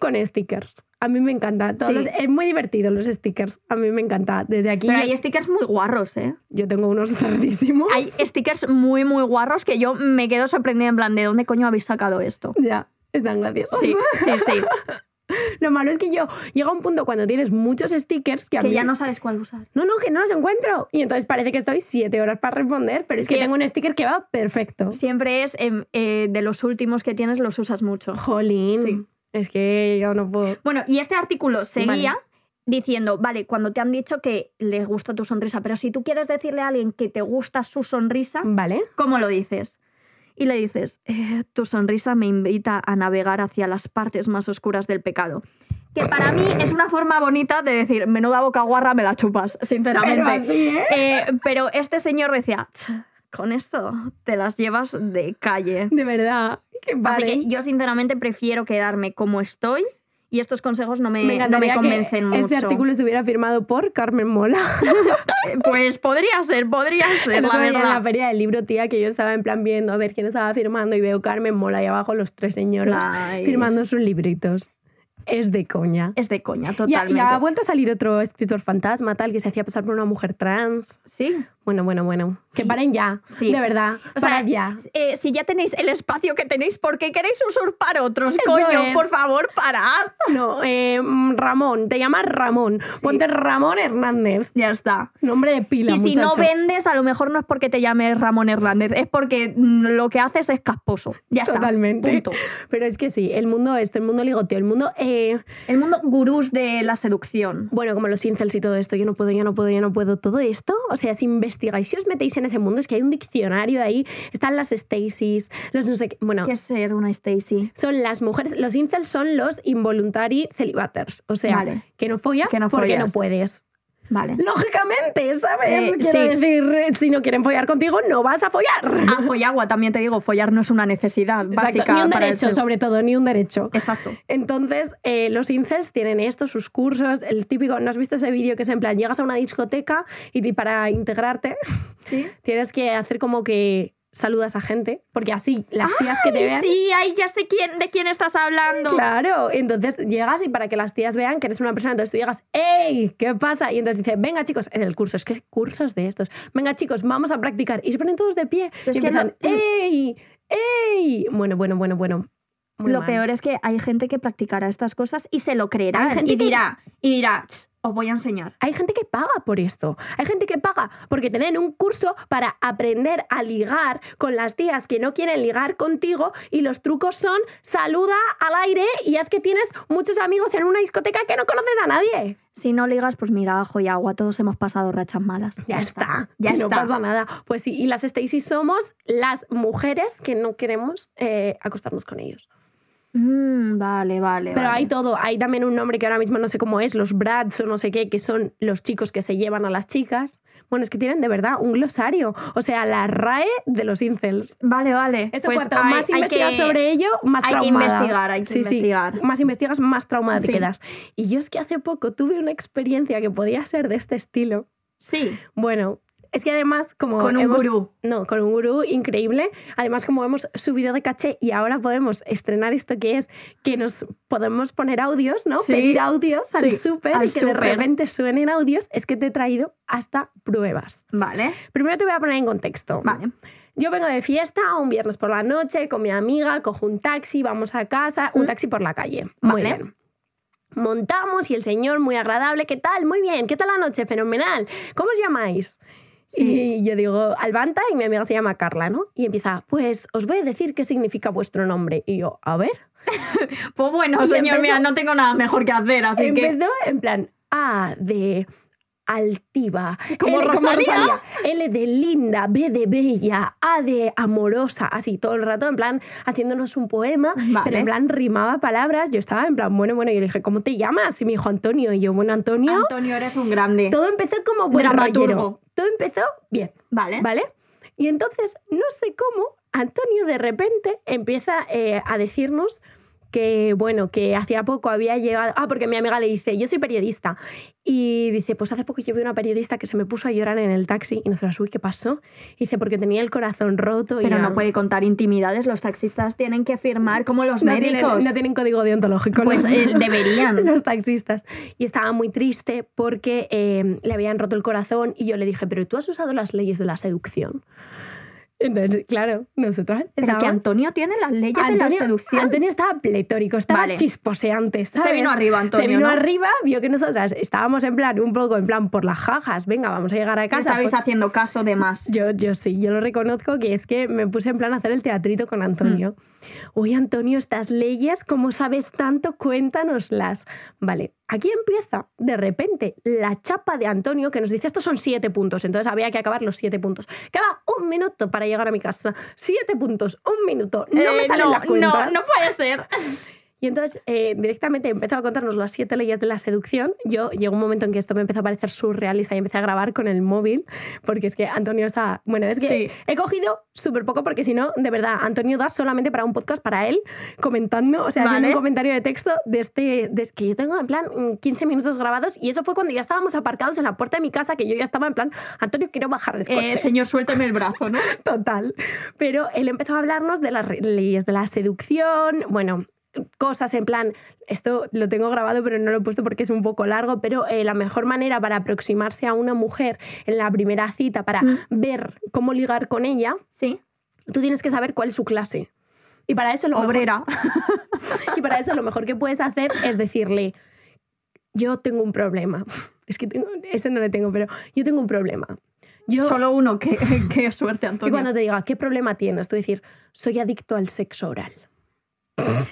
Speaker 4: con stickers. A mí me encanta. Todos
Speaker 5: Sí.
Speaker 4: los- es muy divertido los stickers. A mí me encanta. Desde aquí
Speaker 5: Pero hay stickers muy guarros, ¿eh?
Speaker 4: yo tengo unos tardísimos.
Speaker 5: Hay stickers muy, muy guarros que yo me quedo sorprendida en plan, ¿de dónde coño habéis sacado esto?
Speaker 4: Ya, están graciosos.
Speaker 5: Sí, sí, sí.
Speaker 4: Lo malo es que yo llega un punto cuando tienes muchos stickers que a
Speaker 5: que
Speaker 4: mí-
Speaker 5: ya no sabes cuál usar.
Speaker 4: No, no, que no los encuentro. Y entonces parece que estoy siete horas para responder, pero es que
Speaker 5: Sí.
Speaker 4: tengo un sticker que va perfecto.
Speaker 5: Siempre es em, eh, de los últimos que tienes, los usas mucho.
Speaker 4: Jolín.
Speaker 5: Sí.
Speaker 4: Es que yo no puedo.
Speaker 5: Bueno, y este artículo seguía diciendo, vale, cuando te han dicho que les gusta tu sonrisa, pero si tú quieres decirle a alguien que te gusta su sonrisa,
Speaker 4: Vale.
Speaker 5: ¿cómo lo dices? Y le dices, "Eh, tu sonrisa me invita a navegar hacia las partes más oscuras del pecado. Que para mí es una forma bonita de decir, menuda boca guarra, me la chupas, sinceramente.
Speaker 4: Pero así, ¿eh?
Speaker 5: Eh, pero este señor decía, "Ch, con esto te las llevas de calle.
Speaker 4: De verdad. Que vale.
Speaker 5: Así que yo sinceramente prefiero quedarme como estoy y estos consejos no me,
Speaker 4: me
Speaker 5: no me
Speaker 4: encantaría
Speaker 5: convencen
Speaker 4: que
Speaker 5: mucho.
Speaker 4: este artículo estuviera firmado por Carmen Mola.
Speaker 5: Eh, Pues podría ser, podría ser,
Speaker 4: El
Speaker 5: la
Speaker 4: otro día En la
Speaker 5: verdad.
Speaker 4: feria del libro, tía, que yo estaba en plan viendo a ver quién estaba firmando y veo Carmen Mola y abajo los tres señores
Speaker 5: Ay,
Speaker 4: firmando sus libritos. Es de coña.
Speaker 5: Es de
Speaker 4: Y
Speaker 5: coña,
Speaker 4: ha-
Speaker 5: totalmente.
Speaker 4: Y ha vuelto a salir otro escritor fantasma, tal, que se hacía pasar por una mujer trans.
Speaker 5: Sí.
Speaker 4: Bueno, bueno, bueno. Que paren ya.
Speaker 5: Sí.
Speaker 4: De verdad.
Speaker 5: O sea,
Speaker 4: parad ya.
Speaker 5: eh, si ya tenéis el espacio que tenéis, ¿por qué queréis usurpar otros?
Speaker 4: Eso
Speaker 5: Coño,
Speaker 4: es.
Speaker 5: por favor, parad.
Speaker 4: No, eh, mm, Ramón. Te llamas Ramón. Ponte Ramón Hernández.
Speaker 5: Ya está.
Speaker 4: Nombre de pila,
Speaker 5: y si no
Speaker 4: muchacho.
Speaker 5: vendes, a lo mejor no es porque te llames Ramón Hernández, es porque mm, lo que haces es casposo. Ya está.
Speaker 4: Totalmente.
Speaker 5: Punto.
Speaker 4: Pero es que sí, el mundo esto, el mundo ligoteo, el mundo... eh,
Speaker 5: El mundo gurús de la seducción.
Speaker 4: bueno, como los incels y todo esto, yo no puedo, yo no puedo, yo no puedo. Todo esto, o sea, si investigáis, si os metéis en ese mundo, es que hay un diccionario ahí, están las Stacy's, los no sé qué... Bueno,
Speaker 5: ¿Qué es ser una Stacy?
Speaker 4: son las mujeres, los incels son los involuntary celibaters, o sea,
Speaker 5: Vale.
Speaker 4: que no follas
Speaker 5: Que no
Speaker 4: porque
Speaker 5: follas.
Speaker 4: no puedes.
Speaker 5: Vale.
Speaker 4: Lógicamente, ¿sabes?
Speaker 5: Eh,
Speaker 4: Quiero
Speaker 5: sí.
Speaker 4: decir, eh, si no quieren follar contigo, no vas a follar.
Speaker 5: Ah, follagua, también te digo, follar no es una necesidad
Speaker 4: Exacto,
Speaker 5: básica.
Speaker 4: Ni un
Speaker 5: para el
Speaker 4: derecho,
Speaker 5: ser-
Speaker 4: sobre todo, ni un derecho.
Speaker 5: Exacto.
Speaker 4: Entonces, eh, los incels tienen esto, sus cursos, el típico, ¿no has visto ese vídeo que es en plan, llegas a una discoteca y ti- para integrarte
Speaker 5: Sí.
Speaker 4: tienes que hacer como que saludas a gente, porque así las tías que te vean...
Speaker 5: Sí, ahí ya sé quién, de quién estás hablando.
Speaker 4: Claro, entonces llegas y para que las tías vean que eres una persona, entonces tú llegas, ¡Ey! ¿Qué pasa? Y entonces dice, venga chicos, en el curso, es que cursos de estos, venga chicos, vamos a practicar. Y se ponen todos de pie
Speaker 5: Pero es
Speaker 4: y
Speaker 5: que
Speaker 4: empiezan, "Mm". "Eh,
Speaker 5: lo- eh,
Speaker 4: ¡Ey! ¡Ey! Bueno, bueno, bueno, bueno. Muy
Speaker 5: Lo
Speaker 4: mal.
Speaker 5: peor es que hay gente que practicará estas cosas y se lo creerá.
Speaker 4: Hay gente
Speaker 5: y
Speaker 4: que-
Speaker 5: dirá, y dirá, "Ch, os voy a enseñar.
Speaker 4: Hay gente que paga por esto. Hay gente que paga porque te den un curso para aprender a ligar con las tías que no quieren ligar contigo y los trucos son saluda al aire y haz que tienes muchos amigos en una discoteca que no conoces a nadie.
Speaker 5: Si no ligas, pues mira, ajo y agua, todos hemos pasado rachas malas.
Speaker 4: Ya está.
Speaker 5: Ya
Speaker 4: que No
Speaker 5: está.
Speaker 4: pasa nada. Pues sí, y las Stacy somos las mujeres que no queremos eh, acostarnos con ellos.
Speaker 5: Mm, vale, vale.
Speaker 4: Pero
Speaker 5: vale.
Speaker 4: hay todo. Hay también un nombre que ahora mismo no sé cómo es, los Brads o no sé qué, que son los chicos que se llevan a las chicas. Bueno, es que tienen de verdad un glosario. O sea, la RAE de los incels.
Speaker 5: Vale, vale.
Speaker 4: Esto
Speaker 5: Pues
Speaker 4: cuanto
Speaker 5: hay-
Speaker 4: más
Speaker 5: hay
Speaker 4: investigas
Speaker 5: que-
Speaker 4: sobre ello, más
Speaker 5: hay que
Speaker 4: traumada.
Speaker 5: investigar, hay que
Speaker 4: Sí, sí.
Speaker 5: investigar.
Speaker 4: Más investigas, más traumada
Speaker 5: Sí.
Speaker 4: te quedas. Y yo es que hace poco tuve una experiencia que podía ser de este estilo.
Speaker 5: Sí,
Speaker 4: Bueno, es que además como
Speaker 5: con un
Speaker 4: hemos-
Speaker 5: gurú.
Speaker 4: no, con un gurú increíble. Además, como hemos subido de caché y ahora podemos estrenar esto que es que nos podemos poner audios, ¿no?
Speaker 5: Sí.
Speaker 4: Pedir audios al
Speaker 5: Sí,
Speaker 4: súper
Speaker 5: al
Speaker 4: y que de
Speaker 5: súper.
Speaker 4: repente suenen audios, es que te he traído hasta pruebas.
Speaker 5: Vale,
Speaker 4: Primero te voy a poner en contexto.
Speaker 5: vale.
Speaker 4: Yo vengo de fiesta un viernes por la noche con mi amiga, cojo un taxi, vamos a casa, un
Speaker 5: Ujú.
Speaker 4: taxi por la calle. Muy
Speaker 5: Vale.
Speaker 4: bien. Montamos y el señor muy agradable, ¿qué tal? Muy bien, ¿qué tal la noche? Fenomenal. ¿Cómo os llamáis?
Speaker 5: Sí.
Speaker 4: Y yo digo, Albanta y mi amiga se llama Carla, ¿no? Y empieza, pues os voy a decir qué significa vuestro nombre. Y yo, a ver.
Speaker 5: Pues bueno,
Speaker 4: Y
Speaker 5: señor,
Speaker 4: empezó-
Speaker 5: mira, no tengo nada mejor que hacer, así que.
Speaker 4: Empezó en plan A de altiva,
Speaker 5: Como Rosalía.
Speaker 4: L de linda, B de bella, A de amorosa, así todo el rato, en plan haciéndonos un poema, pero
Speaker 5: Vale.
Speaker 4: en plan rimaba palabras. Yo estaba en plan, bueno, bueno, y yo le dije, ¿cómo te llamas? Y me dijo Antonio, y yo, bueno, Antonio.
Speaker 5: Antonio, eres un grande.
Speaker 4: Todo empezó como buen
Speaker 5: Ah, Dramaturgo.
Speaker 4: rollero. Todo empezó bien.
Speaker 5: Vale.
Speaker 4: ¿Vale? Y entonces, no sé cómo, Antonio de repente empieza eh, a decirnos que bueno, que hacía poco había llegado, ah, porque mi amiga le dice, yo soy periodista, y dice, pues hace poco yo vi una periodista que se me puso a llorar en el taxi, y nosotras, uy, ¿qué pasó? Y dice, porque tenía el corazón roto. y
Speaker 5: Pero
Speaker 4: era-
Speaker 5: no puede contar intimidades, los taxistas tienen que firmar como los
Speaker 4: no
Speaker 5: médicos.
Speaker 4: Tienen, no tienen código deontológico.
Speaker 5: Pues,
Speaker 4: los-
Speaker 5: eh, deberían.
Speaker 4: Los taxistas. Y estaba muy triste porque eh, le habían roto el corazón y yo le dije, pero tú has usado las leyes de la seducción. Entonces, claro, nosotras
Speaker 5: Pero que
Speaker 4: estábamos-
Speaker 5: Antonio tiene las leyes de
Speaker 4: Antonio-
Speaker 5: la seducción.
Speaker 4: Antonio estaba pletórico, estaba
Speaker 5: Vale.
Speaker 4: chisposeante. ¿sabes?
Speaker 5: Se vino arriba, Antonio.
Speaker 4: Se vino
Speaker 5: ¿no?
Speaker 4: arriba, vio que nosotras estábamos en plan, un poco en plan por las jajas, venga, vamos a llegar a
Speaker 5: Le
Speaker 4: casa.
Speaker 5: estabais
Speaker 4: pues-
Speaker 5: haciendo caso de más.
Speaker 4: yo, yo sí, yo lo reconozco que es que me puse en plan a hacer el teatrito con Antonio.
Speaker 5: Mm.
Speaker 4: Oye, Antonio, estas leyes, ¿cómo sabes tanto? Cuéntanoslas. Vale, aquí empieza de repente la chapa de Antonio que nos dice, estos son siete puntos, entonces había que acabar los siete puntos. Queda un minuto para llegar a mi casa. Siete puntos, un minuto. No me
Speaker 5: Eh,
Speaker 4: salen
Speaker 5: no,
Speaker 4: las cuentas.
Speaker 5: no, no puede ser.
Speaker 4: Y entonces eh, directamente empezó a contarnos las siete leyes de la seducción. Yo llegó un momento en que esto me empezó a parecer surrealista y empecé a grabar con el móvil, porque es que Antonio estaba... Bueno, es que
Speaker 5: Sí.
Speaker 4: he cogido súper poco, porque si no, de verdad, Antonio da solamente para un podcast para él, comentando, o sea, haciendo un
Speaker 5: Vale.
Speaker 4: comentario de texto de este... de- que yo tengo en plan mm, 15 minutos grabados y eso fue cuando ya estábamos aparcados en la puerta de mi casa, que yo ya estaba en plan, Antonio, quiero bajar del coche.
Speaker 5: Eh, señor, suélteme el brazo, ¿no?
Speaker 4: Total. Pero él empezó a hablarnos de las re- leyes de la seducción, bueno, cosas en plan, esto lo tengo grabado pero no lo he puesto porque es un poco largo, pero eh, la mejor manera para aproximarse a una mujer en la primera cita, para
Speaker 5: Mm.
Speaker 4: ver cómo ligar con ella,
Speaker 5: Sí.
Speaker 4: tú tienes que saber cuál es su clase. Y para eso lo mejor-
Speaker 5: Obrera.
Speaker 4: y para eso lo mejor que puedes hacer es decirle, yo tengo un problema. Es que tengo, ese no le tengo, pero yo tengo un problema. Yo,
Speaker 5: Solo uno. Qué, qué suerte,
Speaker 4: y
Speaker 5: Antonio.
Speaker 4: cuando te diga, ¿qué problema tienes? Tú decir, soy adicto al sexo oral.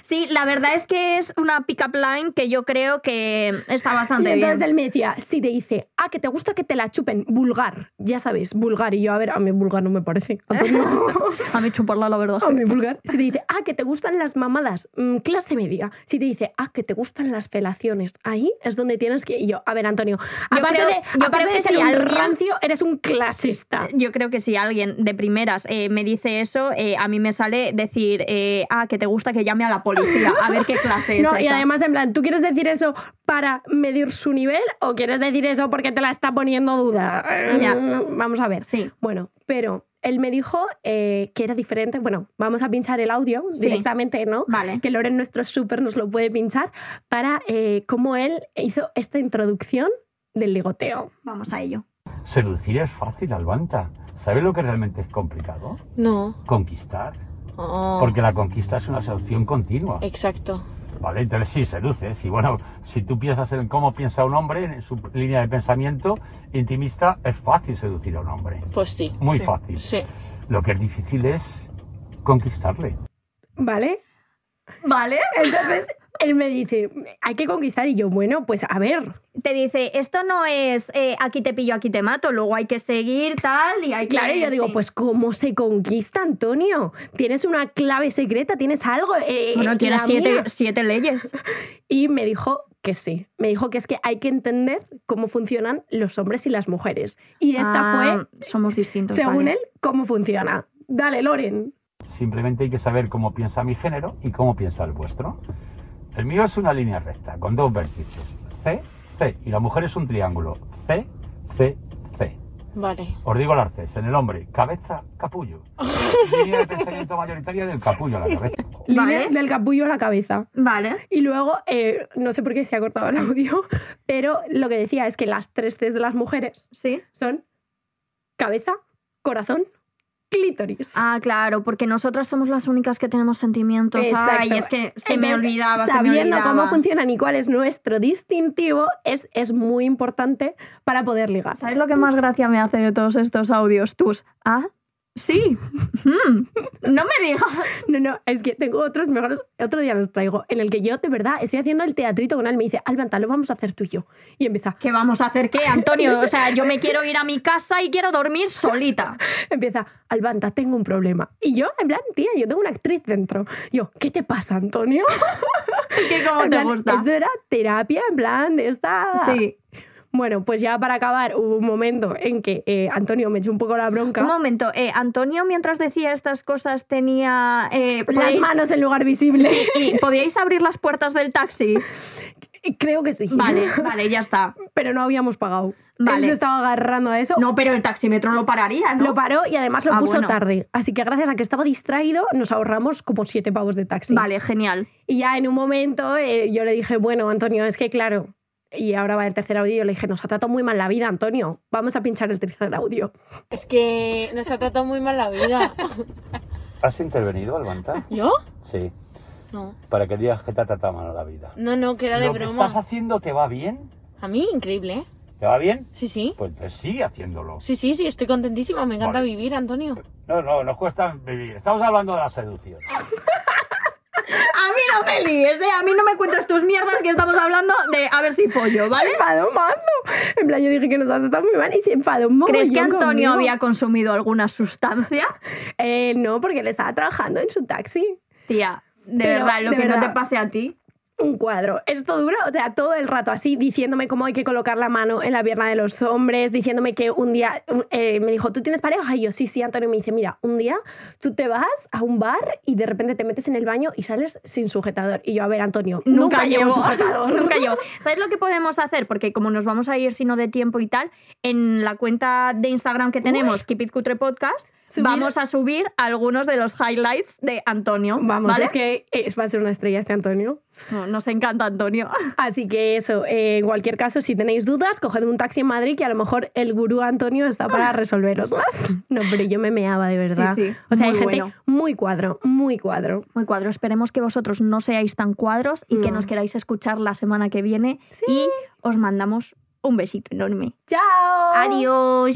Speaker 5: Sí, la verdad es que es una pick-up line que yo creo que está
Speaker 4: Y
Speaker 5: bastante
Speaker 4: entonces
Speaker 5: bien.
Speaker 4: él me decía, si te dice, ah, que te gusta que te la chupen, vulgar, ya sabes, vulgar. Y yo, a ver, a mí vulgar no me parece. Antonio,
Speaker 5: A mí chuparla, la verdad.
Speaker 4: a mí vulgar. Si te dice, ah, que te gustan las mamadas, mm, clase media. Si te dice, ah, que te gustan las felaciones, ahí es donde tienes que... Y yo, a ver, Antonio, aparte,
Speaker 5: creo-
Speaker 4: de,
Speaker 5: yo creo
Speaker 4: aparte
Speaker 5: que
Speaker 4: de ser
Speaker 5: si
Speaker 4: un
Speaker 5: alguien- Eh,
Speaker 4: rancio, eres un clasista.
Speaker 5: Yo creo que si alguien de primeras eh, me dice eso, eh, a mí me sale decir, eh, ah, que te gusta que llame a la policía, a ver qué clase es
Speaker 4: No,
Speaker 5: esa.
Speaker 4: y además, en plan, ¿tú quieres decir eso para medir su nivel o quieres decir eso porque te la está poniendo duda? Eh,
Speaker 5: Ya.
Speaker 4: Vamos a ver.
Speaker 5: Sí.
Speaker 4: Bueno, pero él me dijo eh, que era diferente. Bueno, vamos a pinchar el audio
Speaker 5: Sí.
Speaker 4: directamente, ¿no?
Speaker 5: Vale.
Speaker 4: Que Loren, nuestro súper, nos lo puede pinchar para eh, cómo él hizo esta introducción del ligoteo.
Speaker 5: Vamos a ello.
Speaker 6: Seducir es fácil, Albanta. ¿Sabes lo que realmente es complicado?
Speaker 7: No.
Speaker 6: Conquistar.
Speaker 7: Ah,
Speaker 6: Porque la conquista es una seducción continua.
Speaker 7: Exacto.
Speaker 6: Vale, entonces sí, seduces. Y bueno, si tú piensas en cómo piensa un hombre, en su línea de pensamiento intimista, es fácil seducir a un hombre.
Speaker 7: Pues sí.
Speaker 6: Muy fácil.
Speaker 7: Sí.
Speaker 6: Lo que es difícil es conquistarle.
Speaker 4: ¿Vale?
Speaker 5: Vale.
Speaker 4: Entonces, él me dice, hay que conquistar. Y yo, bueno, pues a ver.
Speaker 5: Te dice, esto no es eh, aquí te pillo, aquí te mato, luego hay que seguir tal y hay que...
Speaker 4: Claro, y yo digo,
Speaker 5: sí.
Speaker 4: pues ¿cómo se conquista, Antonio? ¿Tienes una clave secreta? ¿Tienes algo? Eh,
Speaker 5: Bueno, tiene
Speaker 4: la
Speaker 5: siete,
Speaker 4: mía".
Speaker 5: siete leyes.
Speaker 4: Y me dijo que sí. Me dijo que es que hay que entender cómo funcionan los hombres y las mujeres. Y esta
Speaker 5: Ah, Somos distintos.
Speaker 4: fue, según
Speaker 5: vale.
Speaker 4: él, cómo funciona. Dale, Loren.
Speaker 6: Simplemente hay que saber cómo piensa mi género y cómo piensa el vuestro. El mío es una línea recta, con dos vértices. C, C. Y la mujer es un triángulo. C, C, C.
Speaker 7: Vale.
Speaker 6: Os digo las Cs. En el hombre, cabeza, capullo. Línea de pensamiento mayoritaria del capullo a la cabeza.
Speaker 4: Línea
Speaker 5: Vale.
Speaker 4: del capullo a la cabeza.
Speaker 5: Vale.
Speaker 4: Y luego, eh, no sé por qué se ha cortado el audio, pero lo que decía es que las tres Cs de las mujeres
Speaker 5: Sí.
Speaker 4: son cabeza, corazón, clítoris.
Speaker 5: Ah, claro, porque nosotras somos las únicas que tenemos sentimientos.
Speaker 4: Exacto.
Speaker 5: Ay, es que se me
Speaker 4: Entonces,
Speaker 5: olvidaba, se me
Speaker 4: Sabiendo
Speaker 5: olvidaba.
Speaker 4: cómo funcionan y cuál es nuestro distintivo es, es muy importante para poder ligar.
Speaker 5: ¿Sabes lo que más gracia me hace de todos estos audios? Tus, ah, sí, Mm. no me digas.
Speaker 4: No, no, es que tengo otros mejores, otro día los traigo, en el que yo de verdad estoy haciendo el teatrito con él, me dice, Alvanta, lo vamos a hacer tú y yo. Y empieza,
Speaker 5: ¿Qué vamos a hacer qué, Antonio? O sea, yo me quiero ir a mi casa y quiero dormir solita.
Speaker 4: empieza, Alvanta, tengo un problema. Y yo, en plan, tía, yo tengo una actriz dentro. Yo, ¿qué te pasa, Antonio?
Speaker 5: ¿Qué cómo
Speaker 4: En
Speaker 5: te
Speaker 4: plan,
Speaker 5: gusta?
Speaker 4: Esto era terapia, en plan, de esta...
Speaker 5: Sí.
Speaker 4: Bueno, pues ya para acabar, hubo un momento en que eh, Antonio me echó un poco la bronca.
Speaker 5: Un momento, eh, Antonio mientras decía estas cosas tenía... eh,
Speaker 4: Las
Speaker 5: ¿podéis-
Speaker 4: manos en lugar visible.
Speaker 5: y ¿Podíais abrir las puertas del taxi?
Speaker 4: Creo que sí.
Speaker 5: Vale, vale, ya está.
Speaker 4: Pero no habíamos pagado. Él
Speaker 5: Vale.
Speaker 4: se estaba agarrando a eso.
Speaker 5: No, pero el taxímetro lo pararía, ¿no?
Speaker 4: Lo paró y además lo
Speaker 5: Ah,
Speaker 4: puso
Speaker 5: bueno.
Speaker 4: tarde. Así que gracias a que estaba distraído, nos ahorramos como siete pavos de taxi.
Speaker 5: Vale, genial.
Speaker 4: Y ya en un momento eh, yo le dije, bueno, Antonio, es que claro. Y ahora va el tercer audio y yo le dije, nos ha tratado muy mal la vida, Antonio. Vamos a pinchar el tercer audio.
Speaker 7: Es que nos ha tratado muy mal la vida.
Speaker 6: ¿Has intervenido, Albanta?
Speaker 7: ¿Yo?
Speaker 6: Sí.
Speaker 7: No.
Speaker 6: Para que digas que te ha tratado mal la vida.
Speaker 7: No, no, que era de
Speaker 6: ¿Lo que estás
Speaker 7: broma.
Speaker 6: haciendo te va bien?
Speaker 7: A mí, increíble, ¿eh?
Speaker 6: ¿Te va bien?
Speaker 7: Sí, sí.
Speaker 6: Pues entonces sigue haciéndolo.
Speaker 7: Sí, sí, sí, estoy contentísima. Me encanta
Speaker 6: Vale.
Speaker 7: vivir, Antonio.
Speaker 6: No, no, nos cuesta vivir. Estamos hablando de la seducción.
Speaker 5: A mí no me líes, ¿eh? A mí no me cuentes tus mierdas que estamos hablando de a ver si pollo,
Speaker 4: Se
Speaker 5: ¿vale?
Speaker 4: enfadó mazo. En plan, yo dije que nos ha tratado muy mal y se enfadó un
Speaker 5: ¿Crees que
Speaker 4: mogollón
Speaker 5: Antonio
Speaker 4: conmigo.
Speaker 5: había consumido alguna sustancia?
Speaker 4: Eh, no, porque él estaba trabajando en su taxi.
Speaker 5: Tía, de
Speaker 4: Pero,
Speaker 5: verdad, lo
Speaker 4: de
Speaker 5: que no
Speaker 4: verdad.
Speaker 5: te pase a ti.
Speaker 4: un cuadro. Esto dura, o sea, todo el rato así, diciéndome cómo hay que colocar la mano en la pierna de los hombres, diciéndome que un día un- eh, me dijo, ¿tú tienes pareja? Y yo, sí, sí, Antonio me dice, mira, un día tú te vas a un bar y de repente te metes en el baño y sales sin sujetador. Y yo, a ver, Antonio, nunca, llevo sujetador.
Speaker 5: Nunca llevo. ¿Sabes lo que podemos hacer? Porque como nos vamos a ir sino de tiempo y tal, en la cuenta de Instagram que tenemos, Keep It Cutre Podcast,
Speaker 4: Subir-
Speaker 5: vamos a subir algunos de los highlights de Antonio.
Speaker 4: Vamos,
Speaker 5: ¿vale?
Speaker 4: es que eh, va a ser una estrella este Antonio.
Speaker 5: No, nos encanta Antonio.
Speaker 4: Así que eso, eh, en cualquier caso, si tenéis dudas, coged un taxi en Madrid que a lo mejor el gurú Antonio está para resolveroslas. No, pero yo me meaba de verdad.
Speaker 5: Sí, sí,
Speaker 4: O sea,
Speaker 5: muy
Speaker 4: hay gente
Speaker 5: bueno.
Speaker 4: muy cuadro, muy cuadro.
Speaker 5: Muy cuadro. Esperemos que vosotros no seáis tan cuadros y que
Speaker 4: No.
Speaker 5: nos queráis escuchar la semana que viene.
Speaker 4: Sí.
Speaker 5: Y os mandamos un besito enorme.
Speaker 4: ¡Chao!
Speaker 5: Adiós.